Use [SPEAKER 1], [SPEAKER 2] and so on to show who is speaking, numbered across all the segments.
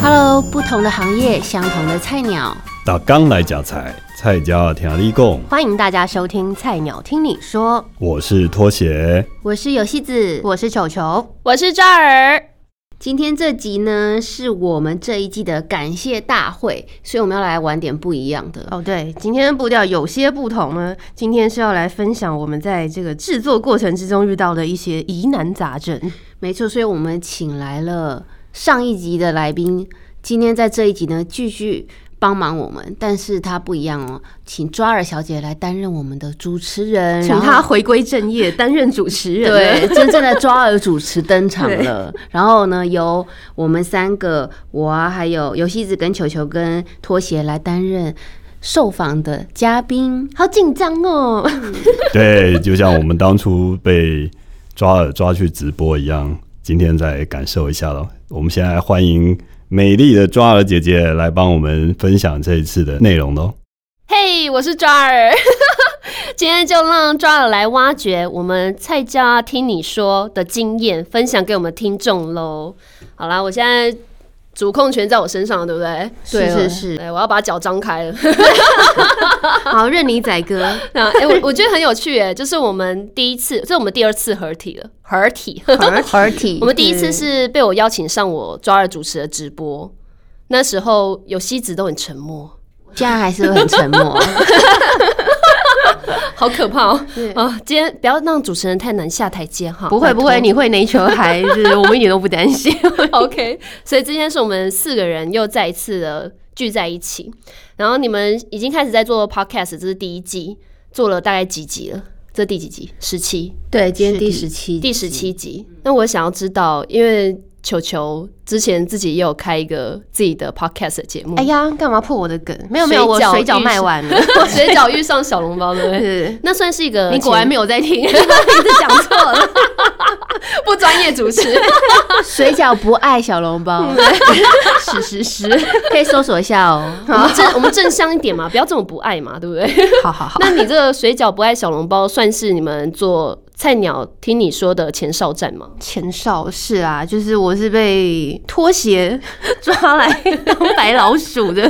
[SPEAKER 1] Hello，不同的行业，相同的菜鸟，
[SPEAKER 2] 打刚来夹菜，菜家田立贡，
[SPEAKER 1] 欢迎大家收听《菜鸟听你说》，
[SPEAKER 2] 我是拖鞋。
[SPEAKER 1] 我是游戏子，我是球球。
[SPEAKER 3] 我是赵儿，
[SPEAKER 1] 今天这集呢，是我们这一季的感谢大会，所以我们要来玩点不一样的。
[SPEAKER 4] 哦，对，今天的步调有些不同呢。今天是要来分享我们在这个制作过程之中遇到的一些疑难杂症。
[SPEAKER 1] 没错，所以我们请来了上一集的来宾，今天在这一集呢继续帮忙我们，但是他不一样哦，请抓耳小姐来担任我们的主持人，
[SPEAKER 4] 请
[SPEAKER 1] 然后
[SPEAKER 4] 他回归正业，担任主持人。
[SPEAKER 1] 对，真正的抓耳主持登场了。然后呢，由我们三个，我啊，还有游戏子跟球球跟拖鞋来担任受访的嘉宾。
[SPEAKER 4] 好紧张 哦！
[SPEAKER 2] 对，就像我们当初被抓耳抓去直播一样，今天再感受一下喽。我们现在欢迎美丽的抓耳姐姐来帮我们分享这一次的内容喽。
[SPEAKER 3] 嘿、我是抓儿。 今天就让抓儿来挖掘我们蔡家听你说的经验，分享给我们听众喽。好啦，我现在主控权在我身上，对不对？
[SPEAKER 1] 是
[SPEAKER 4] 对啊
[SPEAKER 1] 是是，
[SPEAKER 3] 哎对，我要把脚张开了。
[SPEAKER 4] 好，任你宰割。
[SPEAKER 3] 那哎、我我觉得很有趣哎，就是我们第一次，这是我们第二次合体了，合体。
[SPEAKER 1] 合体
[SPEAKER 3] 我们第一次是被我邀请上我抓儿主持的直播，那时候有西子都很沉默，
[SPEAKER 1] 现在还是会很沉默。
[SPEAKER 3] 好可怕哦！啊，今天不要让主持人太难下台阶哈。
[SPEAKER 4] 不会不会，你会 nature 还是我们一点都不担心。
[SPEAKER 3] OK。所以今天是我们四个人又再一次的聚在一起，然后你们已经开始在做 Podcast，这是第一季，做了大概几集了？这第几集？十七，
[SPEAKER 1] 对，今天第
[SPEAKER 4] 是
[SPEAKER 1] 十七，
[SPEAKER 3] 第十七集。那我想要知道，因为球球之前自己也有开一个自己的 Podcast 的节目，
[SPEAKER 4] 哎呀，干嘛破我的梗？没有没有，我
[SPEAKER 3] 水饺
[SPEAKER 4] 水饺
[SPEAKER 3] 遇
[SPEAKER 4] 卖
[SPEAKER 3] 上
[SPEAKER 4] 完了。
[SPEAKER 3] 水饺遇上小笼包，对不对？
[SPEAKER 4] 是
[SPEAKER 3] 那算是一个，
[SPEAKER 4] 你果然没
[SPEAKER 3] 有
[SPEAKER 4] 有在听，一直讲错了。
[SPEAKER 3] 不专 业主持。
[SPEAKER 1] 水饺不爱小笼包，
[SPEAKER 4] 是是是，
[SPEAKER 1] 可以搜索一下哦。
[SPEAKER 3] 我们正我们正向一点嘛，不要这么不爱嘛，对不对？
[SPEAKER 4] 好好好。
[SPEAKER 3] 那你这个水饺不爱小笼包，算是你们做菜鸟听你说的前哨战吗？
[SPEAKER 4] 前哨是啊，就是我是被拖鞋抓来当白老鼠的，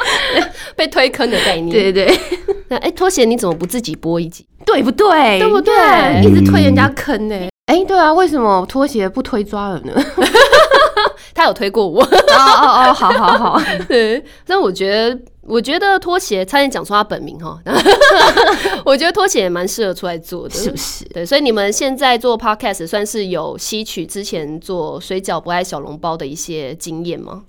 [SPEAKER 3] 被推坑的概念。，
[SPEAKER 4] 对对对
[SPEAKER 3] 那哎、拖鞋你怎么不自己播一集？
[SPEAKER 4] 对不对？
[SPEAKER 3] 对不对
[SPEAKER 4] 你看一直推人家坑呢、哎、对啊，为什么拖鞋不推抓人呢？
[SPEAKER 3] 他有推过我，
[SPEAKER 4] 哦哦哦，好好好，
[SPEAKER 3] 嗯 对。但我觉得，我觉得拖鞋差点讲出他本名 哈。我觉得拖鞋也蛮适合出来做的，
[SPEAKER 4] 是不是？
[SPEAKER 3] 对，所以你们现在做 podcast 算是有吸取之前做水饺不爱小笼包的一些经验吗？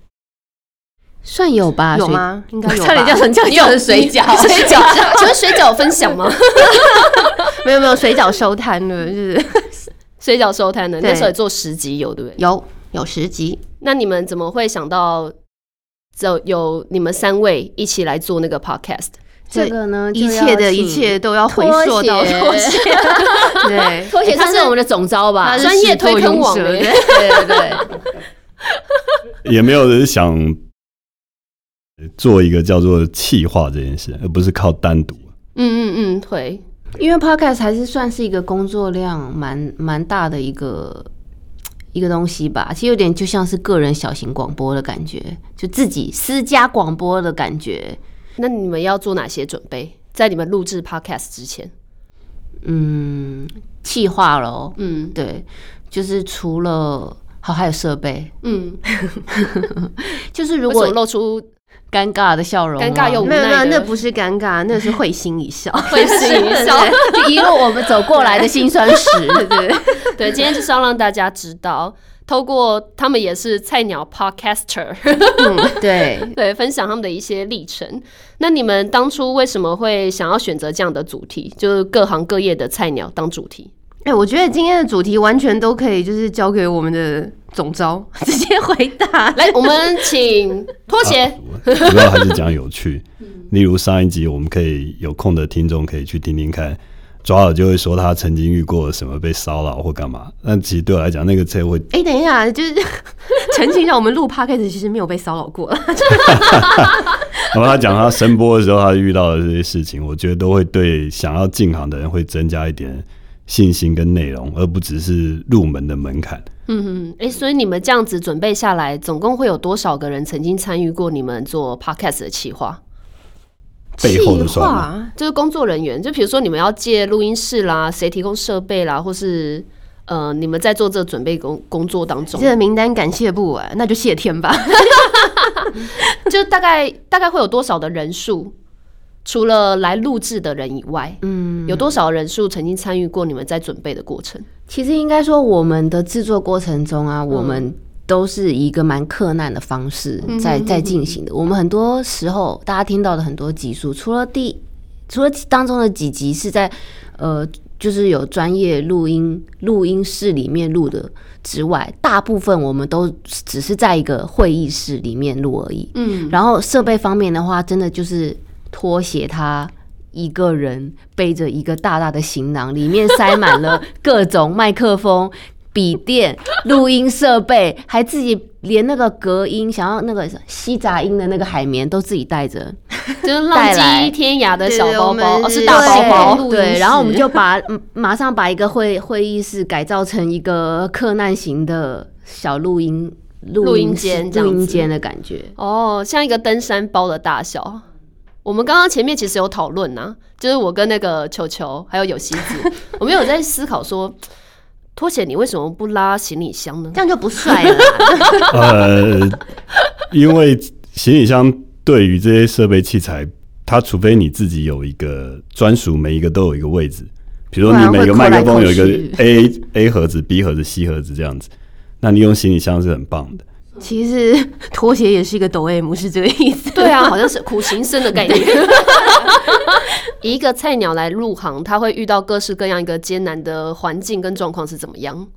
[SPEAKER 1] 算有吧？
[SPEAKER 4] 有
[SPEAKER 1] 水？
[SPEAKER 4] 吗？应该有
[SPEAKER 1] 差点叫
[SPEAKER 4] 吧？
[SPEAKER 1] 成叫
[SPEAKER 3] 你有
[SPEAKER 1] 成水饺，
[SPEAKER 3] 水饺，请问水饺有分享 吗？
[SPEAKER 4] 没有没有，水饺收摊了，就是
[SPEAKER 3] 水饺收摊的
[SPEAKER 4] 对
[SPEAKER 3] 那时候也做十集有对不对？
[SPEAKER 4] 有有十集，
[SPEAKER 3] 那你们怎么会想到就有你们三位一起来做那个 podcast？
[SPEAKER 1] 这个呢，
[SPEAKER 4] 一
[SPEAKER 1] 就要
[SPEAKER 4] 切的
[SPEAKER 1] 请
[SPEAKER 4] 一切都要回溯到
[SPEAKER 1] 拖鞋
[SPEAKER 4] 拖鞋，对。
[SPEAKER 1] 拖鞋
[SPEAKER 3] 哎他
[SPEAKER 1] 算
[SPEAKER 3] 是
[SPEAKER 1] 是我们的总招吧
[SPEAKER 4] 他？是
[SPEAKER 3] 专业推坑网
[SPEAKER 4] 始作
[SPEAKER 3] 耶
[SPEAKER 1] 对
[SPEAKER 4] 俑者
[SPEAKER 1] 对对。
[SPEAKER 2] 也没有人想做一个叫做气化这件事，而不是靠单独。
[SPEAKER 3] 嗯嗯嗯，会。
[SPEAKER 1] 因为 podcast 还是算是一个工作量蛮蛮大的一个一个东西吧，其实有点就像是个人小型广播的感觉，就自己私家广播的感觉。
[SPEAKER 3] 那你们要做哪些准备？在你们录制 podcast 之前，
[SPEAKER 1] 嗯，气化咯，
[SPEAKER 3] 嗯
[SPEAKER 1] 对，就是除了好还有设备，
[SPEAKER 3] 嗯，
[SPEAKER 1] 就是如
[SPEAKER 3] 如果
[SPEAKER 1] 果
[SPEAKER 3] 露出
[SPEAKER 1] 尴尬的笑容啊、
[SPEAKER 3] 尴尬又无
[SPEAKER 4] 没有没有，
[SPEAKER 3] 奈
[SPEAKER 4] 那
[SPEAKER 3] 的
[SPEAKER 4] 不是尴尬，那是会心一笑。
[SPEAKER 3] 会心一笑。
[SPEAKER 1] 就 一路我们走过来的辛酸史，对对
[SPEAKER 3] 对，今天就是要让大家知道，透过他们也是菜鸟 podcaster，
[SPEAKER 4] 嗯
[SPEAKER 1] 对。
[SPEAKER 3] 对，分享他们的一些历程。那你们当初为什么会想要选择这样的主题，就是各行各业的菜鸟当主题？
[SPEAKER 4] 哎、我觉得今天的主题完全都可以，就是交给我们的总招 直接回答。
[SPEAKER 3] 来，我们请拖鞋。
[SPEAKER 2] 主要还是讲有趣。例如上一集，我们可以有空的听众可以去听听看，抓耳就会说他曾经遇过什么被骚扰或干嘛。但其实对我来讲，那个车会
[SPEAKER 4] 哎、等一下，就是 澄清一下，我们录 p o d c a s 其实没有被骚扰过，
[SPEAKER 2] 然后他讲他声波的时候，他遇到的这些事情，我觉得都会对想要进行的人会增加一点信心跟内容，而不只是入门的门槛。
[SPEAKER 3] 嗯，哎、所以你们这样子准备下来，总共会有多少个人曾经参与过你们做 podcast 的企划？
[SPEAKER 2] 背后的
[SPEAKER 4] 计
[SPEAKER 2] 算吗
[SPEAKER 4] 划
[SPEAKER 3] 就是工作人员，就比如说你们要借录音室啦，谁提供设备啦，或是呃，你们在做这准备工工作当中
[SPEAKER 4] 这，个名单感谢不完，那就谢天吧。
[SPEAKER 3] 就大概大概会有多少的人数？除了来录制的人以外，嗯，有多少人数曾经参与过你们在准备的过程？
[SPEAKER 1] 其实应该说，我们的制作过程中啊，我们都是以一个蛮克难的方式在在进行的。我们很多时候大家听到的很多集数，除了第除了当中的几集是在呃，就是有专业录音录音室里面录的之外，大部分我们都只是在一个会议室里面录而已。嗯，然后设备方面的话，真的就是拖鞋它。一个人背着一个大大的行囊，里面塞满了各种麦克风、笔电、录音设备，还自己连那个隔音，想要那个吸杂音的那个海绵都自己带着。
[SPEAKER 3] 就是浪
[SPEAKER 1] 带来
[SPEAKER 3] 迹天涯的小
[SPEAKER 4] 对
[SPEAKER 3] 包
[SPEAKER 4] 我
[SPEAKER 3] 包，
[SPEAKER 4] 们
[SPEAKER 3] 哦，是
[SPEAKER 4] 是
[SPEAKER 3] 大包
[SPEAKER 1] 对
[SPEAKER 3] 包，
[SPEAKER 4] 录音
[SPEAKER 1] 对，
[SPEAKER 4] 室
[SPEAKER 1] 然后我们就把嗯马上把一个会会议室改造成一个克难型的小录音
[SPEAKER 3] 录
[SPEAKER 1] 录
[SPEAKER 3] 音
[SPEAKER 1] 室
[SPEAKER 3] 间这
[SPEAKER 1] 录
[SPEAKER 3] 样
[SPEAKER 1] 音
[SPEAKER 3] 子
[SPEAKER 1] 间的感觉。
[SPEAKER 3] 哦，像一个登山包的大小。我们刚刚前面其实有讨论呐，就是我跟那个球球还有有 希子，我们有在思考说，拖鞋你为什么不拉行李 箱呢
[SPEAKER 4] 这？样就不帅了啦。
[SPEAKER 2] 呃，因为行李箱对于这些设备器材，它除非你自己有一个专属，每一个都有一个位置，比如说你每个麦克风有一个
[SPEAKER 4] 不然会扣
[SPEAKER 2] A A 盒子、B 盒子、C 盒子这样子，那你用行李箱是很棒 的。
[SPEAKER 4] 其实拖鞋也是一个抖 M，是这个意思。
[SPEAKER 3] 对啊，好像是苦行僧的 概念。一个菜鸟来入行，他会遇到各式各样一个艰难的环境跟状况是怎么样？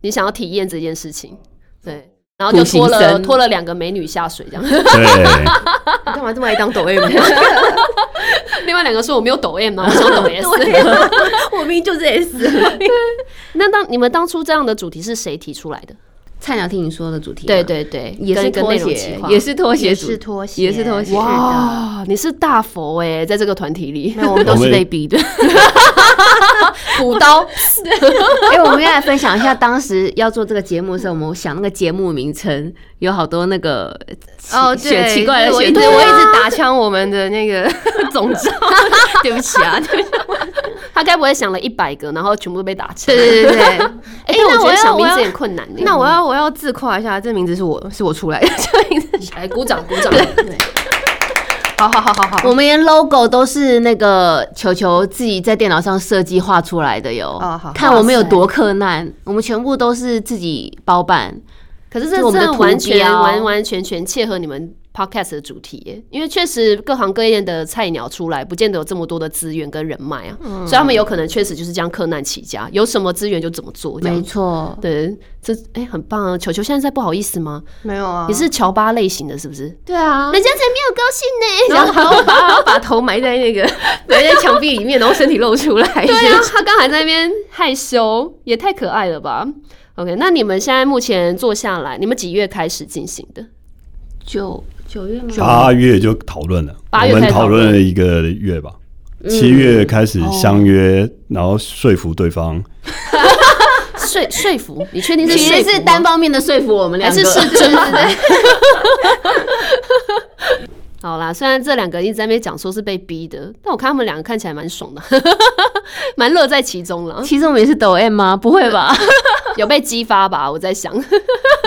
[SPEAKER 3] 你想要体验这件事情，对，然后就
[SPEAKER 4] 苦行
[SPEAKER 3] 拖了
[SPEAKER 4] 僧
[SPEAKER 3] 拖了两个美女下水这样。
[SPEAKER 2] 对，
[SPEAKER 4] 你干嘛这么爱当抖 M？
[SPEAKER 3] 另外两个说我没有抖 M 嘛，我想抖 S。
[SPEAKER 4] 对啊我明明就是 S。
[SPEAKER 3] 那当你们当初这样的主题是谁提出来的？
[SPEAKER 1] 菜鸟听你说的主题嘛，啊
[SPEAKER 3] 对对对，
[SPEAKER 1] 也是
[SPEAKER 3] 跟跟
[SPEAKER 1] 拖
[SPEAKER 3] 内容
[SPEAKER 1] 鞋
[SPEAKER 3] 企，划
[SPEAKER 1] 也是拖鞋
[SPEAKER 4] 也
[SPEAKER 1] 组，
[SPEAKER 4] 是拖鞋
[SPEAKER 1] 也是拖鞋。
[SPEAKER 4] 哇
[SPEAKER 3] 哇，你是大佛哎、在这个团体里
[SPEAKER 4] 没有，我们都
[SPEAKER 2] 我
[SPEAKER 4] 是
[SPEAKER 2] 们
[SPEAKER 4] 被 逼的。
[SPEAKER 3] 补刀，
[SPEAKER 1] 因为哎我们要来分享一下，当时要做这个节目的时候，我们想那个节目名称有好多那个奇选奇怪的
[SPEAKER 4] 哦我一
[SPEAKER 1] 选
[SPEAKER 4] 直
[SPEAKER 1] 择，
[SPEAKER 4] 我一直打枪我们的那个 总招，对不起啊，对不起。
[SPEAKER 3] 他该不会想了一百个，然后全部都被打成？
[SPEAKER 4] 对对对对对。
[SPEAKER 3] 哎、
[SPEAKER 4] 那
[SPEAKER 3] 但我觉
[SPEAKER 4] 我
[SPEAKER 3] 得
[SPEAKER 4] 要
[SPEAKER 3] 想名
[SPEAKER 4] 我
[SPEAKER 3] 字
[SPEAKER 4] 要
[SPEAKER 3] 很困难欸呢、
[SPEAKER 4] 那我要我要自夸一下，这名字是我是我出来的， 这名字。
[SPEAKER 3] 来哎鼓掌鼓掌。 对，
[SPEAKER 4] 好好好好好。
[SPEAKER 1] 我们连 logo 都是那个球球自己在电脑上设计画出来的哟。
[SPEAKER 4] 哦好
[SPEAKER 1] 看我们有多克难，我们全部都是自己包办。
[SPEAKER 3] 可是这
[SPEAKER 1] 就我
[SPEAKER 3] 真
[SPEAKER 1] 们的
[SPEAKER 3] 的啊完
[SPEAKER 1] 图
[SPEAKER 3] 全
[SPEAKER 1] 标
[SPEAKER 3] 完完全全切合你们 podcast 的主题耶，因为确实各行各业的菜鸟出来，不见得有这么多的资源跟人脉啊，所以他们有可能确实就是这样克难起家，有什么资源就怎么做这
[SPEAKER 1] 没
[SPEAKER 3] 样。
[SPEAKER 1] 错，
[SPEAKER 3] 对，这哎、很棒啊！球球现在在不好意思吗？
[SPEAKER 4] 没有啊，
[SPEAKER 3] 你是乔巴类型的，是不是？
[SPEAKER 4] 对啊，
[SPEAKER 3] 人家才没有高兴呢。
[SPEAKER 4] 然后然后把然后把头埋在那个埋在墙壁里面，然后身体露出来。
[SPEAKER 3] 对啊，他刚还在那边害羞，也太可爱了吧？OK，那你们现在目前坐下来，你们几月开始进行的？
[SPEAKER 1] 九九月吗？
[SPEAKER 2] 八月就讨论了，
[SPEAKER 3] 八月
[SPEAKER 2] 我们
[SPEAKER 3] 开始讨
[SPEAKER 2] 讨
[SPEAKER 3] 论
[SPEAKER 2] 论了一个月吧，七月开始相约，然后说服对方。
[SPEAKER 3] 说说服？你确定是
[SPEAKER 1] 其
[SPEAKER 3] 说
[SPEAKER 1] 实
[SPEAKER 3] 服
[SPEAKER 1] 是
[SPEAKER 3] 吗
[SPEAKER 1] 单方面的说服我们
[SPEAKER 3] 还
[SPEAKER 1] 两个，
[SPEAKER 3] 是是真 的？好啦，虽然这两个一直在那边讲说是被逼的，但我看他们两个看起来蛮爽的， 蛮乐在其中了，
[SPEAKER 1] 其实我们也是抖 M 吗？不会 吧？
[SPEAKER 3] 有被激发吧？我在想，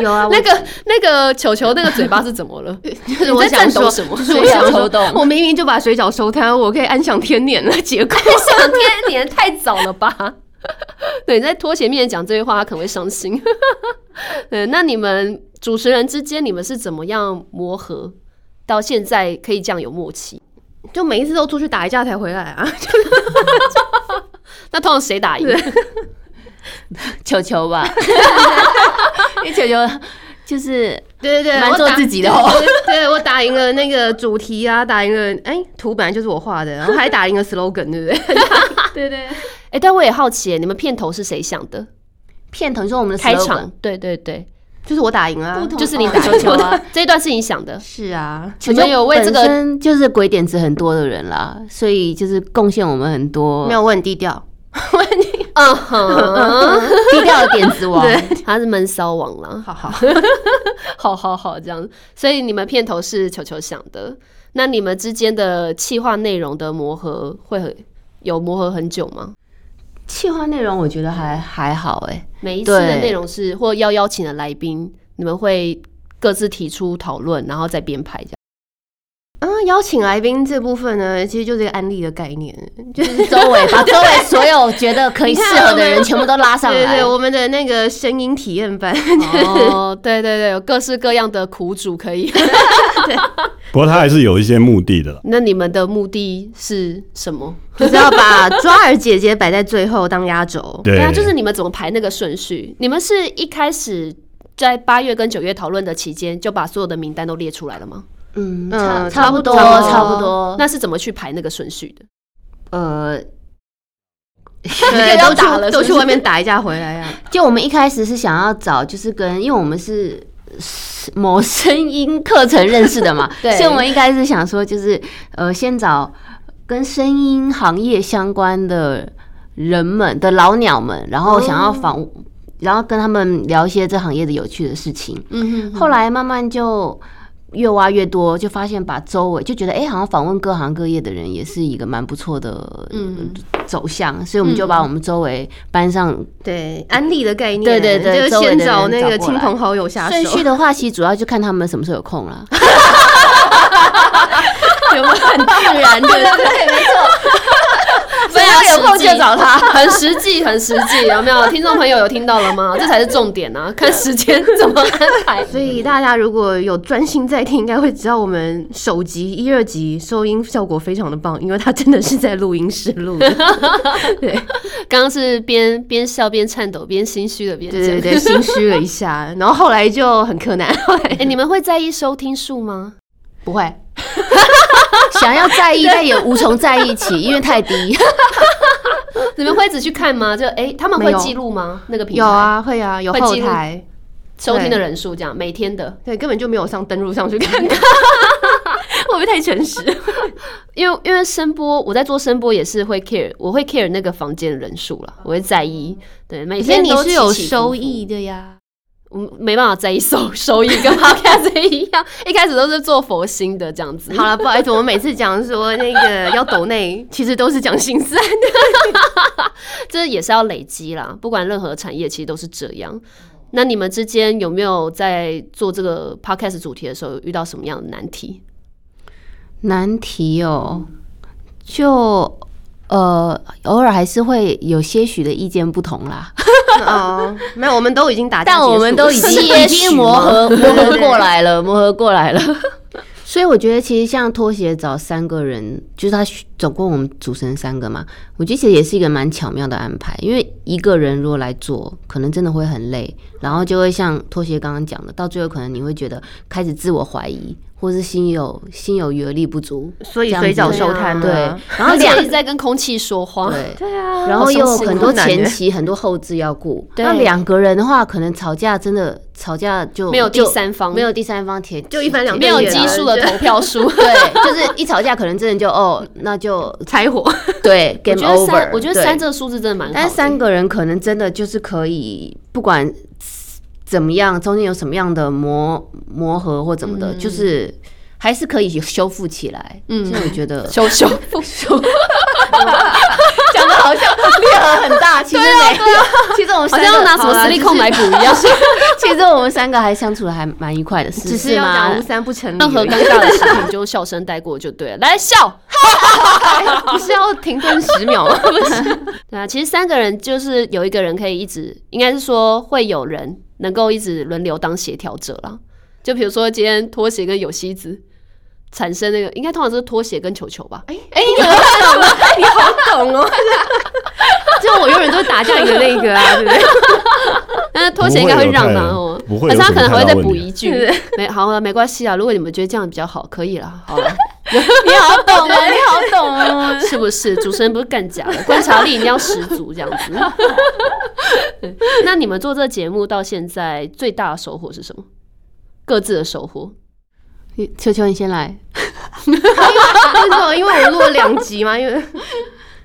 [SPEAKER 1] 有 啊，
[SPEAKER 3] 那个那个球球那个嘴巴是怎么了？
[SPEAKER 4] 就是我
[SPEAKER 3] 你在
[SPEAKER 4] 想
[SPEAKER 3] 颤抖
[SPEAKER 4] 说，
[SPEAKER 3] 什么
[SPEAKER 4] 就是我想
[SPEAKER 1] 抽
[SPEAKER 4] 说
[SPEAKER 1] 动，
[SPEAKER 4] 我明明就把水饺收摊，我可以安享天年了，结果
[SPEAKER 3] 上天年太早了吧？ 对，你在拖鞋面前讲这句话，他可能会伤心。 对，那你们主持人之间，你们是怎么样磨合？到现在可以这样有默契？
[SPEAKER 4] 就每一次都出去打一架才回来啊。
[SPEAKER 3] 那通常谁打赢？
[SPEAKER 1] 球球吧， 因为球球就是
[SPEAKER 4] 对对对，
[SPEAKER 1] 蛮
[SPEAKER 4] 我
[SPEAKER 1] 做
[SPEAKER 4] 打
[SPEAKER 1] 自己的哦
[SPEAKER 4] 对对 对我打赢了那个主题啊，打赢了哎图本来就是我画的，然后还打赢了 slogan，对不对？对对，
[SPEAKER 3] 哎、但我也好奇耶，你们片头是谁想的？
[SPEAKER 1] 片头，你说我们的
[SPEAKER 3] 开
[SPEAKER 1] slogan
[SPEAKER 3] 场？对对 对，
[SPEAKER 4] 就是我打赢了，
[SPEAKER 3] 就是你打球球啊，这一段是你想 的。
[SPEAKER 4] 是啊，
[SPEAKER 3] 你们有为这
[SPEAKER 1] 本
[SPEAKER 3] 个
[SPEAKER 1] 身就是鬼点子很多的人啦，所以就是贡献我们很多。
[SPEAKER 4] 没有，我很低调，
[SPEAKER 3] 嗯哼，
[SPEAKER 4] 嗯
[SPEAKER 1] 低调的点子王，
[SPEAKER 3] 他是闷骚王啦，
[SPEAKER 4] 好好，
[SPEAKER 3] 好好好这样。所以你们片头是球球想的，那你们之间的企划内容的磨合会很有磨合很久吗？
[SPEAKER 1] 企划内容我觉得还还好 哎、
[SPEAKER 3] 每一次的
[SPEAKER 1] 对
[SPEAKER 3] 内容是或要邀请的来宾，你们会各自提出讨论，然后再编排这样。
[SPEAKER 4] 嗯，邀请来宾这部分呢，其实就这个案例的概念，就
[SPEAKER 1] 就是周围把周围所有觉得可以适合的人全部都拉上
[SPEAKER 4] 对
[SPEAKER 1] 来。
[SPEAKER 4] 对，我们的那个声音体验班，
[SPEAKER 3] 哦， 对对对，有各式各样的苦主可以。
[SPEAKER 2] 不过他还是有一些目的的啦。
[SPEAKER 3] 那你们的目的是什么？
[SPEAKER 4] 就是要把抓耳姐姐摆在最后当压轴。
[SPEAKER 2] 对
[SPEAKER 3] 啊，就是你们怎么排那个顺序？你们是一开始在八月跟九月讨论的期间，就把所有的名单都列出来了吗？
[SPEAKER 1] 嗯，
[SPEAKER 4] 嗯
[SPEAKER 1] 差差不多，
[SPEAKER 4] 差不多
[SPEAKER 1] 差不多。
[SPEAKER 3] 那是怎么去排那个顺序的？
[SPEAKER 1] 呃，
[SPEAKER 4] 对，
[SPEAKER 3] 要
[SPEAKER 4] 都
[SPEAKER 3] 打了
[SPEAKER 4] 去都
[SPEAKER 3] 是不是，
[SPEAKER 4] 去外面打一架回来呀、
[SPEAKER 1] 就我们一开始是想要找，就是跟，因为我们是呃某声音课程认识的嘛
[SPEAKER 3] 对
[SPEAKER 1] 所以我们一开始想说，就是呃，先找跟声音行业相关的人们的老鸟们，然后想要
[SPEAKER 3] 哦
[SPEAKER 1] 访，然后跟他们聊一些这行业的有趣的事情。
[SPEAKER 3] 嗯
[SPEAKER 1] 后来慢慢就越挖越多，就发现把周围就觉得，哎、好像访问各行各业的人也是一个蛮不错的
[SPEAKER 3] 嗯
[SPEAKER 1] 走向，所以我们就把我们周围班上
[SPEAKER 4] 对，安利的概念，
[SPEAKER 1] 对对对
[SPEAKER 4] 就是
[SPEAKER 1] 周围的
[SPEAKER 4] 先
[SPEAKER 1] 人
[SPEAKER 4] 找那个
[SPEAKER 1] 找过
[SPEAKER 4] 亲
[SPEAKER 1] 来
[SPEAKER 4] 朋好友下
[SPEAKER 1] 顺
[SPEAKER 4] 手
[SPEAKER 1] 序，的话，其实主要就看他们什么时候有空了。
[SPEAKER 4] 有没有很自然？ 对不对？
[SPEAKER 3] 非常
[SPEAKER 4] 有空就
[SPEAKER 3] 找他，很实际，很实际，有没有？听众朋友有听到了吗？这才是重点啊！看时间怎么安排。
[SPEAKER 4] 所以大家如果有专心在听，应该会知道我们首集一、二集收音效果非常的棒，因为它真的是在录音室录的。对
[SPEAKER 3] 刚刚是边边笑边颤抖边心虚的边
[SPEAKER 4] 对对
[SPEAKER 3] 讲。
[SPEAKER 4] 对，心虚了一下，然后后来就很柯南，后来
[SPEAKER 3] 哎、你们会在意收听数吗？
[SPEAKER 4] 不会，
[SPEAKER 1] 想要在 意，但也无从在意起，因为太低。
[SPEAKER 3] 你们会只去看吗？就哎、他们
[SPEAKER 4] 没
[SPEAKER 3] 会
[SPEAKER 4] 有
[SPEAKER 3] 记录吗？那个平 台
[SPEAKER 4] 有啊，会啊，有
[SPEAKER 3] 会
[SPEAKER 4] 后
[SPEAKER 3] 记录
[SPEAKER 4] 台，
[SPEAKER 3] 收听的人数这样，每天的。
[SPEAKER 4] 对，根本就没有上登录上去看看。 会不会太诚实？
[SPEAKER 3] 因为因为声波，我在做声波也是会 care，我会 care 那个房间的人数啦，我会在意。对，每
[SPEAKER 4] 所以
[SPEAKER 3] 天
[SPEAKER 4] 你
[SPEAKER 3] 都
[SPEAKER 4] 哦是
[SPEAKER 3] 起
[SPEAKER 4] 有
[SPEAKER 3] 起伏
[SPEAKER 4] 收
[SPEAKER 3] 伏，
[SPEAKER 4] 益的呀。
[SPEAKER 3] 我没办法在意收 收益，跟 podcast 一样，一开始都是做佛心的这样子。
[SPEAKER 4] 好了，不好意思，我们每次讲说那个要抖内，其实都是讲心酸的。
[SPEAKER 3] 这也是要累积啦，不管任何产业其实都是这样。那你们之间有没有在做这个 podcast 主题的时候遇到什么样的难题？
[SPEAKER 1] 难题哦，就呃，偶尔还是会有些许的意见不同啦，
[SPEAKER 4] 哦，没有，我们都已经打架结
[SPEAKER 1] 但
[SPEAKER 4] 束了，
[SPEAKER 1] 我们都已 经已经磨合磨合过来了，磨合过 来了。所以我觉得，其实像拖鞋找三个人，就是他总共我们组成三个嘛，我觉得其实也是一个蛮巧妙的安排，因为一个人如果来做，可能真的会很累，然后就会像拖鞋刚刚讲的，到最后可能你会觉得开始自我怀疑，或是心有心有余而力不足，
[SPEAKER 4] 所以
[SPEAKER 1] 这样
[SPEAKER 4] 水饺
[SPEAKER 1] 子
[SPEAKER 4] 收摊
[SPEAKER 1] 对
[SPEAKER 4] 了。，
[SPEAKER 1] 然后
[SPEAKER 3] 而且
[SPEAKER 1] 两
[SPEAKER 3] 一直在跟空气说话。
[SPEAKER 1] 对。
[SPEAKER 4] 对啊
[SPEAKER 1] 然后又有
[SPEAKER 4] 辛苦
[SPEAKER 1] 很多
[SPEAKER 4] 男
[SPEAKER 1] 前
[SPEAKER 4] 人
[SPEAKER 1] 期很多后置要顾，
[SPEAKER 3] 对
[SPEAKER 1] 那两个人的话，可能吵架真的吵架就
[SPEAKER 3] 没有第
[SPEAKER 1] 就
[SPEAKER 3] 三方
[SPEAKER 1] 没有第三方铁
[SPEAKER 4] 就一翻两
[SPEAKER 3] 没
[SPEAKER 4] 瞪
[SPEAKER 3] 有
[SPEAKER 4] 眼
[SPEAKER 3] 基
[SPEAKER 4] 啊
[SPEAKER 3] 数的投票 数，
[SPEAKER 1] 对，就是一吵架可能真的就哦，那 就
[SPEAKER 4] 柴火，
[SPEAKER 1] 对
[SPEAKER 3] 我
[SPEAKER 1] game
[SPEAKER 3] 觉得
[SPEAKER 1] over
[SPEAKER 3] 三，。我觉得
[SPEAKER 1] 对
[SPEAKER 3] 三这个数字真的蛮好的。
[SPEAKER 1] 但是 三个人可能真的就是可以，不管怎么样，中间有什么样的磨磨合或怎么
[SPEAKER 3] 嗯
[SPEAKER 1] 的，就是还是可以修复起来。嗯，所以我觉得
[SPEAKER 3] 修 修复修，
[SPEAKER 1] 讲的好像裂合很大，其实没有， 其实我们
[SPEAKER 3] 啊 好
[SPEAKER 1] 三个
[SPEAKER 3] 像要拿什么
[SPEAKER 1] 好啦啊
[SPEAKER 3] 实力控来补一样。
[SPEAKER 1] 其实我们三个还相处的还蛮愉快的，
[SPEAKER 4] 只是
[SPEAKER 1] 是
[SPEAKER 4] 要
[SPEAKER 1] 吗
[SPEAKER 4] 讲无？三不成理而
[SPEAKER 3] 任
[SPEAKER 4] 已，
[SPEAKER 3] 何尴尬的事情 就笑声带过就对了，来笑。
[SPEAKER 4] 不是要停顿十秒吗？ 不是，
[SPEAKER 3] 对啊，其实三个人就是有一个人可以一直，应该是说会有人能够一直轮流当协调者啦。就比如说今天拖鞋跟有希子产生那个，应该通常是拖鞋跟球球吧？
[SPEAKER 4] 哎，你好懂哦，你好懂哦， 就我永远都是打架赢的那一个啊，对不对？
[SPEAKER 3] 但是拖鞋应该会让嘛
[SPEAKER 2] 不会有太不会有
[SPEAKER 3] 哦，而且他
[SPEAKER 2] 什么
[SPEAKER 3] 可能还会
[SPEAKER 2] 太大
[SPEAKER 3] 再
[SPEAKER 2] 问
[SPEAKER 3] 补
[SPEAKER 2] 题啊
[SPEAKER 3] 一句，没好了，没关系啊。如果你们觉得这样比较好，可以了，好了。
[SPEAKER 1] 你好懂哦，你好懂哦。
[SPEAKER 3] 是不是？主持人不是更假的，观察力一定要十足，这样子。那你们做这节目到现在最大的收获是什么？各自的收获，
[SPEAKER 1] 你球球，你先来。
[SPEAKER 4] 为什么？因为我录了两集嘛，因为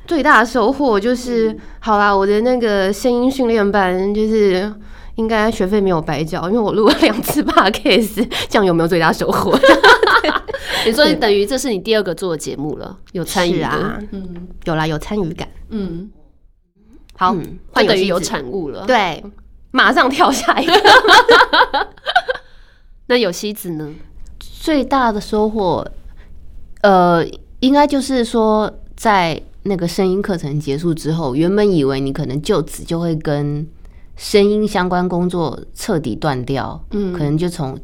[SPEAKER 4] 最大的收获就是，好啦，我的那个声音训练班就是。应该学费没有白交，因为我录了两次 podcast，这样有没有最大收 获？
[SPEAKER 3] 你说你等于这是你第二个做的节目了，有参与
[SPEAKER 4] 是
[SPEAKER 3] 的，
[SPEAKER 4] 啊，
[SPEAKER 3] 嗯
[SPEAKER 4] 有啦，有参与感。
[SPEAKER 3] 嗯，
[SPEAKER 4] 好，
[SPEAKER 1] 嗯
[SPEAKER 4] 换游
[SPEAKER 3] 就等
[SPEAKER 4] 戏
[SPEAKER 3] 于有
[SPEAKER 4] 子
[SPEAKER 3] 产物了。，
[SPEAKER 4] 对，马上跳下一个。
[SPEAKER 3] 那有西子呢？
[SPEAKER 1] 最大的收获，呃，应该就是说，在那个声音课程结束之后，原本以为你可能就此就会跟声音相关工作彻底断掉，
[SPEAKER 3] 嗯
[SPEAKER 1] 可能就从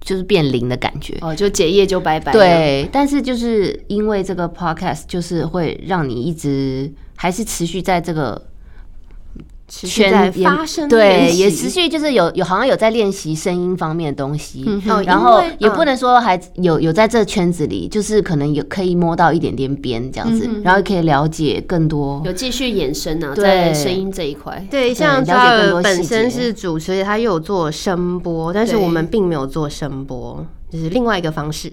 [SPEAKER 1] 就是变零的感觉。
[SPEAKER 3] 哦，就结业就拜拜。，
[SPEAKER 1] 对，但是就是因为这个 podcast，就是会让你一直还是持续在这个
[SPEAKER 4] 持续在
[SPEAKER 1] 圈也
[SPEAKER 4] 发生练
[SPEAKER 1] 对，
[SPEAKER 4] 习
[SPEAKER 1] 也持续就是有有好像有在练习声音方面的东西，
[SPEAKER 3] 嗯
[SPEAKER 4] 哦
[SPEAKER 1] 然后
[SPEAKER 4] 因为
[SPEAKER 1] 也
[SPEAKER 4] 嗯
[SPEAKER 1] 不能说还有有在这圈子里，就是可能有可以摸到一点点边这样子，然后也可以了解更多。
[SPEAKER 3] 有继续延伸啊，
[SPEAKER 1] 对
[SPEAKER 3] 在声音这一块。
[SPEAKER 4] 对，像
[SPEAKER 1] 了解
[SPEAKER 4] 抓
[SPEAKER 1] 更多
[SPEAKER 4] 耳本
[SPEAKER 1] 细
[SPEAKER 4] 身
[SPEAKER 1] 节
[SPEAKER 4] 是主持，他又有做声波，但是我
[SPEAKER 3] 对
[SPEAKER 4] 们并没有做声波，就是另外一个方式。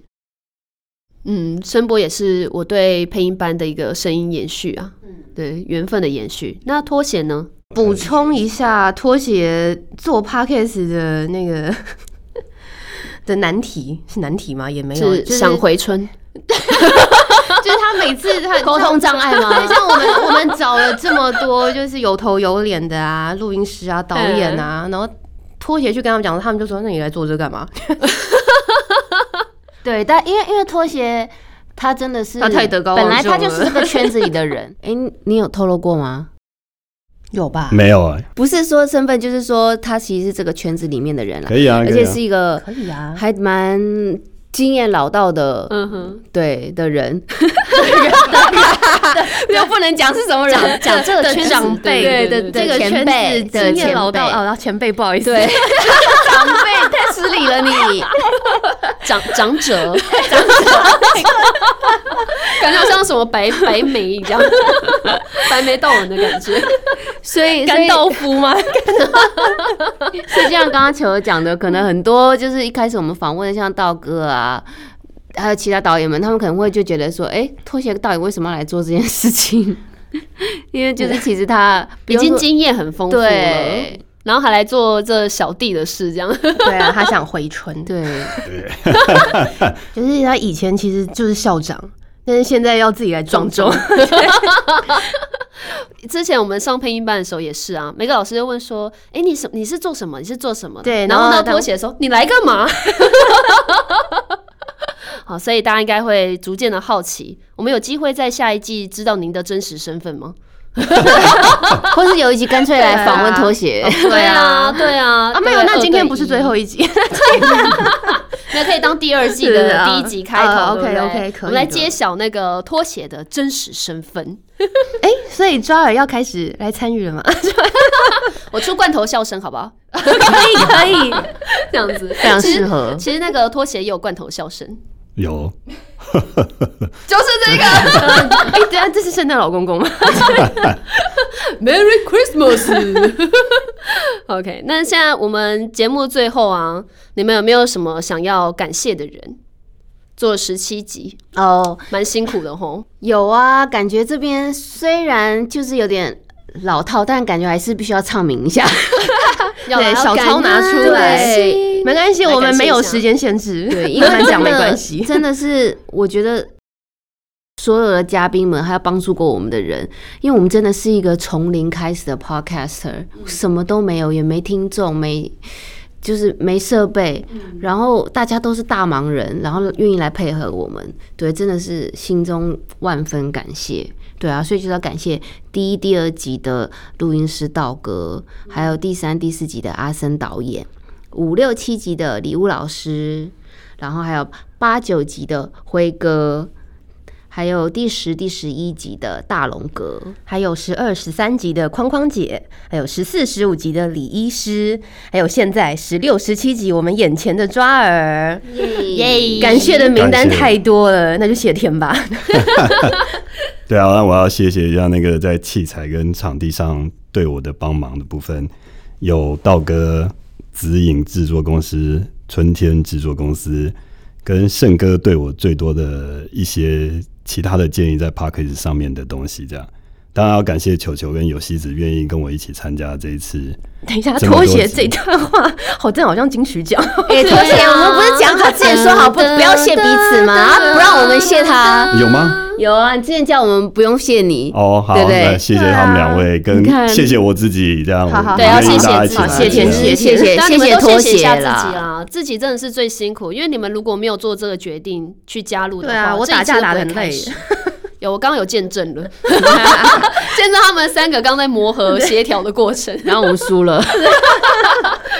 [SPEAKER 3] 嗯，声波也是我对配音班的一个声音延续啊，对缘分的延续。那拖鞋呢？
[SPEAKER 4] 补充一下，拖鞋做 podcast 的那个 的难题是难题吗？也没有，
[SPEAKER 3] 是
[SPEAKER 4] 就是
[SPEAKER 3] 想回春，
[SPEAKER 4] 就是他每次他
[SPEAKER 1] 沟通障碍吗
[SPEAKER 4] 对，像我们我们找了这么多，就是有头有脸的啊，录音师啊，导演啊，然后拖鞋去跟他们讲，他们就说：“那你来做这干嘛
[SPEAKER 1] 对，但因为因为拖鞋。他真的是
[SPEAKER 4] 他太德高望
[SPEAKER 1] 本
[SPEAKER 4] 重
[SPEAKER 1] 来他
[SPEAKER 4] 了
[SPEAKER 1] 就是这个圈子里的 人。哎、你有透露过吗？？”
[SPEAKER 4] 有吧？
[SPEAKER 2] 没有啊，
[SPEAKER 1] 不是说身份，就是说他其实是这个圈子里面的人啦，
[SPEAKER 2] 可以啊，
[SPEAKER 1] 而
[SPEAKER 2] 可以
[SPEAKER 1] 且
[SPEAKER 2] 啊
[SPEAKER 1] 是。一个
[SPEAKER 4] 可以啊，
[SPEAKER 1] 还蛮经验老道的，
[SPEAKER 3] 嗯哼，
[SPEAKER 1] 对的人，又不能讲是什么人，
[SPEAKER 3] 讲这个
[SPEAKER 4] 的
[SPEAKER 3] 圈子
[SPEAKER 4] 长辈，
[SPEAKER 3] 对对对
[SPEAKER 1] 对
[SPEAKER 4] 这个
[SPEAKER 1] 前
[SPEAKER 4] 圈
[SPEAKER 1] 辈
[SPEAKER 4] 子
[SPEAKER 1] 对
[SPEAKER 4] 经验老道
[SPEAKER 1] 前辈
[SPEAKER 4] 啊，前辈不好意思，
[SPEAKER 1] 对，长辈太失礼了你。
[SPEAKER 3] 长长者，感觉好像什么白白眉一样， 白眉道人的感觉，
[SPEAKER 1] 所以所
[SPEAKER 4] 干
[SPEAKER 1] 以
[SPEAKER 4] 豆腐吗？
[SPEAKER 1] 所以就像刚刚球儿讲的，可能很多就是一开始我们访问的像道哥啊。还有其他导演们，他们可能会就觉得说，哎、拖鞋到底为什么要来做这件事情？因为就是其实他
[SPEAKER 3] 已经经验很丰富了，
[SPEAKER 1] 对
[SPEAKER 3] 然后还来做这小弟的事，这样
[SPEAKER 4] 对啊，他想回春，
[SPEAKER 1] 对，
[SPEAKER 4] 就是他以前其实就是校长，但是现在要自己来撞钟，
[SPEAKER 3] 之前我们上配音班的时候也是啊，每个老师就问说：“哎、你什你是做什么？你是做什么的？”
[SPEAKER 4] 对
[SPEAKER 3] 然后
[SPEAKER 4] 然
[SPEAKER 3] 呢，
[SPEAKER 4] 后他
[SPEAKER 3] 拖鞋说：“你来干嘛？” 好，所以大家应该会逐渐的好奇，我们有机会在下一季知道您的真实身份吗？
[SPEAKER 1] 或是有一集干脆来访问拖鞋，
[SPEAKER 3] 对啊，对啊，
[SPEAKER 4] 啊，没有，
[SPEAKER 3] 对
[SPEAKER 4] 那今天不是
[SPEAKER 3] 二对一
[SPEAKER 4] 最后一集，
[SPEAKER 3] 那可以当第二季
[SPEAKER 4] 是
[SPEAKER 3] 的
[SPEAKER 4] 啊
[SPEAKER 3] 第一集开
[SPEAKER 4] 啊
[SPEAKER 3] 头，对不对
[SPEAKER 4] OK，OK，可以
[SPEAKER 3] 我们来
[SPEAKER 4] 的
[SPEAKER 3] 揭晓那个拖鞋的真实身份。
[SPEAKER 4] 哎，所以抓耳要开始来参与了吗？
[SPEAKER 3] 我出罐头笑声好不好？
[SPEAKER 4] 可以可以，
[SPEAKER 3] 这样子
[SPEAKER 1] 非常
[SPEAKER 3] 其实
[SPEAKER 1] 适合
[SPEAKER 3] 其实那个拖鞋也有罐头笑声，
[SPEAKER 2] 有
[SPEAKER 3] 就是这 个
[SPEAKER 4] 哎，对啊，这是圣诞老公公吗？
[SPEAKER 3] Merry Christmas。OK，那现在我们节目最后啊，你们有没有什么想要感谢的人？做十七集，
[SPEAKER 1] 哦，
[SPEAKER 3] 蛮辛苦的吼。
[SPEAKER 1] 有啊，感觉这边虽然就是有点老套，但感觉还是必须要唱名一下。
[SPEAKER 3] 要来
[SPEAKER 4] 对，小抄拿出啊来，没关系，
[SPEAKER 3] 来
[SPEAKER 4] 我
[SPEAKER 3] 感
[SPEAKER 4] 们
[SPEAKER 3] 谢
[SPEAKER 4] 没
[SPEAKER 3] 一
[SPEAKER 4] 有
[SPEAKER 3] 下
[SPEAKER 4] 时间限制，
[SPEAKER 1] 对，因
[SPEAKER 4] 一
[SPEAKER 1] 为
[SPEAKER 4] 般讲
[SPEAKER 1] 真
[SPEAKER 4] 没
[SPEAKER 1] 的
[SPEAKER 4] 关系。
[SPEAKER 1] 真的是我觉得所有的嘉宾们，还有帮助过我们的人，因为我们真的是一个从零开始的
[SPEAKER 4] 嗯
[SPEAKER 1] podcaster，什么都没有，也没听众，没。就是没设备，
[SPEAKER 4] 嗯
[SPEAKER 1] 然后大家都是大忙人，然后愿意来配合我们，对，真的是心中万分感谢，对啊，所以就是要感谢第一、第二集的录音师道哥，还
[SPEAKER 4] 嗯
[SPEAKER 1] 有第三、第四集的阿森导演，五六七集的礼物老师，然后还有八九集的辉哥，还有第十、第十一集的大龙哥，
[SPEAKER 4] 还有十二、十三集的框框姐，还有十四、十五集的李医师，还有现在十六、十七集我们眼前的抓耳。
[SPEAKER 1] 耶
[SPEAKER 4] 感 谢的名单
[SPEAKER 2] 感谢
[SPEAKER 4] 太多了，那就谢天吧。
[SPEAKER 2] 对啊，那我要谢谢一下那个在器材跟场地上对我的帮忙的部分，有道哥、紫影制作公司、春天制作公司，跟盛哥对我最多的一些其他的建议在 p a c k a g e 上面的东西，这样当然要感谢球球跟游戏子愿意跟我一起参加这一次。
[SPEAKER 4] 等一下，
[SPEAKER 2] 这么多
[SPEAKER 4] 拖鞋
[SPEAKER 2] 集
[SPEAKER 4] 这一段话，好像好像金曲奖。
[SPEAKER 3] 啊
[SPEAKER 1] 哎，拖鞋，我们不是讲好之前说好不不要谢彼此吗？啊，不让我们谢他。
[SPEAKER 2] 有
[SPEAKER 4] 嗯
[SPEAKER 2] 吗？
[SPEAKER 1] 有啊，你之前叫我们不用谢你，
[SPEAKER 2] 哦，好，
[SPEAKER 1] 对不对
[SPEAKER 2] 那谢谢他们两位，
[SPEAKER 4] 你
[SPEAKER 2] 跟
[SPEAKER 4] 看
[SPEAKER 2] 谢谢我自己，这样
[SPEAKER 4] 啊好好
[SPEAKER 2] 我
[SPEAKER 4] 对
[SPEAKER 2] 愿
[SPEAKER 3] 要
[SPEAKER 2] 意
[SPEAKER 3] 谢谢
[SPEAKER 2] 大家一起
[SPEAKER 3] 自己
[SPEAKER 2] 来
[SPEAKER 1] 谢
[SPEAKER 2] 这
[SPEAKER 1] 谢
[SPEAKER 2] 样
[SPEAKER 1] 谢谢
[SPEAKER 4] 谢
[SPEAKER 3] 对啊
[SPEAKER 1] 谢
[SPEAKER 3] 你们
[SPEAKER 1] 谢
[SPEAKER 3] 都
[SPEAKER 1] 拖
[SPEAKER 3] 谢谢一
[SPEAKER 1] 鞋
[SPEAKER 3] 下自己
[SPEAKER 1] 啦。
[SPEAKER 3] 啊，自己真的是最辛苦，因为你们如果没有做这个决定去加入的话，
[SPEAKER 4] 对啊我
[SPEAKER 3] 这一
[SPEAKER 4] 打架
[SPEAKER 3] 切都
[SPEAKER 4] 打
[SPEAKER 3] 不
[SPEAKER 4] 得
[SPEAKER 3] 会
[SPEAKER 4] 很
[SPEAKER 3] 开
[SPEAKER 4] 累
[SPEAKER 3] 始。 有，我刚刚有见证 了，见证他们三个刚在磨合协调的过 程。
[SPEAKER 1] 然后我们输 了，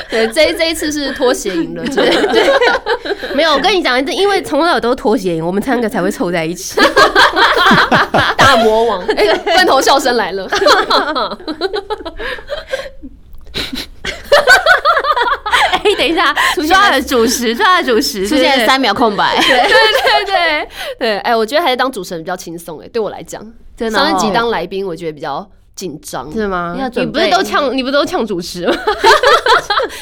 [SPEAKER 3] 对，这一这一次是拖鞋赢了，真的
[SPEAKER 4] 没有，我跟你讲，因为从头到尾都是拖鞋，我们三个才会凑在一起。
[SPEAKER 3] 大魔王，哎、罐头笑声来了。
[SPEAKER 4] 哎，等一下，抓了主食，抓了主食，
[SPEAKER 1] 出现了三秒空白，
[SPEAKER 3] 对对对，哎、我觉得还是当主持人比较轻松哎，对我来讲，
[SPEAKER 1] 真的哦
[SPEAKER 3] 上一集当来宾我觉得比较紧张，
[SPEAKER 4] 是吗？
[SPEAKER 1] 要
[SPEAKER 4] 你
[SPEAKER 1] 准
[SPEAKER 4] 不
[SPEAKER 1] 备
[SPEAKER 4] 是都呛，你不是都呛主食吗？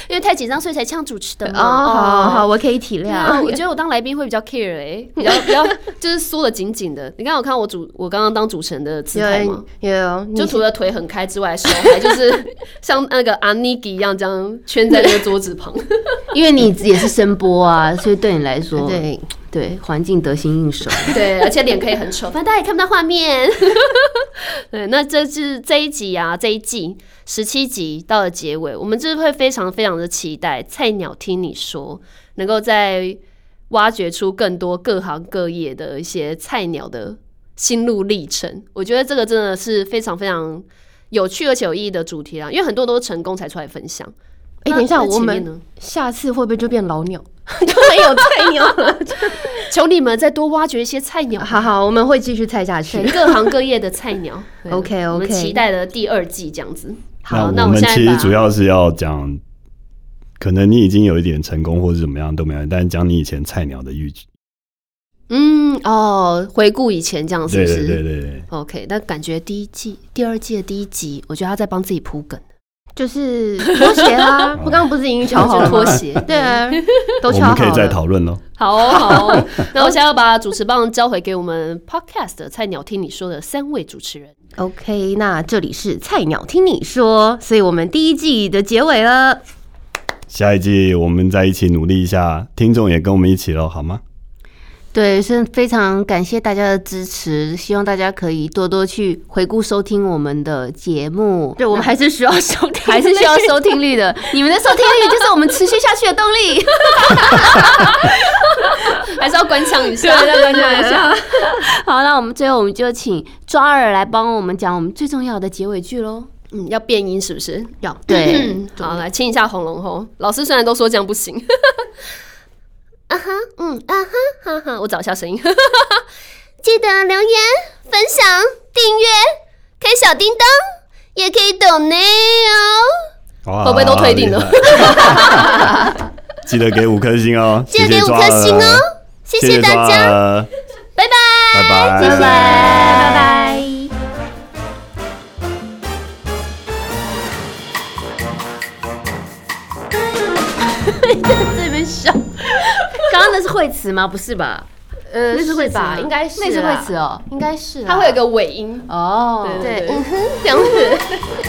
[SPEAKER 3] 因为太紧张所以才呛主持的
[SPEAKER 4] 哦，好
[SPEAKER 3] 嘛。
[SPEAKER 4] 好好，我可以体
[SPEAKER 3] 对啊，我
[SPEAKER 4] 谅。
[SPEAKER 3] 觉得我当来宾会比较 care 哎、比 较比较就是缩的紧紧的。你刚刚有看我主我刚刚当主持人的姿态吗？
[SPEAKER 4] 有有，
[SPEAKER 3] 就
[SPEAKER 4] 你
[SPEAKER 3] 除了腿很开之外，手还就是像那个阿尼基一样这样圈在那个桌子 旁。
[SPEAKER 1] 因为你也是声波啊，所以对你来说，
[SPEAKER 4] 对，
[SPEAKER 1] 对环境得心应手。
[SPEAKER 3] 对，而且脸可以很丑，反正大家也看不到画面。对，那这是这一集啊，这一季十七集到了结尾，我们就是会非常非常的期待菜鸟听你说，能够在挖掘出更多各行各业的一些菜鸟的心路历程。我觉得这个真的是非常非常有趣而且有意义的主题啦，啊因为很多都是成功才出来分享。
[SPEAKER 4] 哎，等一下，
[SPEAKER 3] 那那
[SPEAKER 4] 我
[SPEAKER 3] 前面
[SPEAKER 4] 们
[SPEAKER 3] 呢？
[SPEAKER 4] 下次会不会就变老鸟，就没有菜鸟了？
[SPEAKER 3] 求你们再多挖掘一些菜鸟
[SPEAKER 4] 好好，我们会继续菜下
[SPEAKER 3] 对
[SPEAKER 4] 去。
[SPEAKER 3] 各行各业的菜鸟。对
[SPEAKER 4] OK，OK
[SPEAKER 3] 我们期待的第二季这样子。好，
[SPEAKER 2] 那
[SPEAKER 3] 那
[SPEAKER 2] 我们
[SPEAKER 3] 现在
[SPEAKER 2] 其实
[SPEAKER 3] 把
[SPEAKER 2] 主要是要讲，可能你已经有一点成功或者怎么样都没有，但讲你以前菜鸟的预期。
[SPEAKER 3] 嗯哦，回顾以前这样是
[SPEAKER 2] 对
[SPEAKER 3] 不是
[SPEAKER 2] 对对对对，
[SPEAKER 3] o k 那感觉第一季、第二季的第一集，我觉得他在帮自己铺梗，
[SPEAKER 4] 就是拖鞋啊，我刚刚不是已经瞧好
[SPEAKER 3] 就
[SPEAKER 4] 了
[SPEAKER 3] 拖
[SPEAKER 4] 吗？
[SPEAKER 3] 鞋。
[SPEAKER 4] 对 啊，都
[SPEAKER 2] 我
[SPEAKER 4] 瞧
[SPEAKER 2] 们
[SPEAKER 4] 好
[SPEAKER 2] 可以再
[SPEAKER 4] 了。
[SPEAKER 2] 讨论喽。
[SPEAKER 3] 好哦、好哦、那我现在要把主持棒交回给我们 Podcast 的菜鸟听你说的三位主持人。
[SPEAKER 4] OK，那这里是菜鸟听你说，所以我们第一季的结尾了。
[SPEAKER 2] 下一季我们再一起努力一下，听众也跟我们一起喽，好吗？
[SPEAKER 1] 对，是非常感谢大家的支持，希望大家可以多多去回顾收听我们的节目，
[SPEAKER 4] 对，我们还是需要收听，
[SPEAKER 1] 还是需要收听率的。你们的收听率就是我们持续下去的动力。
[SPEAKER 3] 还是要关腔一下，
[SPEAKER 4] 大家一下。
[SPEAKER 1] 好，那我们最后我们就请抓耳来帮我们讲我们最重要的结尾句喽。
[SPEAKER 3] 嗯，要变音是不是？
[SPEAKER 4] 要
[SPEAKER 1] 对，
[SPEAKER 3] 嗯，好，来清一下喉咙吼。老师虽然都说这样不行， 啊哈，嗯，啊哈，哈哈，我找一下声音。 记得留言、分享、订阅、开小叮当，也可以懂内哦。
[SPEAKER 2] 哇
[SPEAKER 3] 会不会都退订了？
[SPEAKER 2] 厉害 记得给五颗星哦，记
[SPEAKER 3] 得给五颗星哦，
[SPEAKER 2] 谢
[SPEAKER 3] 谢大
[SPEAKER 2] 抓
[SPEAKER 3] 家
[SPEAKER 2] 耳
[SPEAKER 3] 拜拜。
[SPEAKER 2] 拜拜，
[SPEAKER 1] 谢谢，拜拜。
[SPEAKER 4] 这边笑，
[SPEAKER 1] 刚刚那 是惠词吗？不是吧？
[SPEAKER 4] 呃，那是会
[SPEAKER 1] 吧
[SPEAKER 4] 吧？应该是啊
[SPEAKER 1] 那是
[SPEAKER 4] 啦
[SPEAKER 1] 惠词，哦，
[SPEAKER 4] 应该是啦。
[SPEAKER 3] 它会有个尾音，
[SPEAKER 1] 哦，
[SPEAKER 3] 对
[SPEAKER 4] 对，嗯哼，这样子。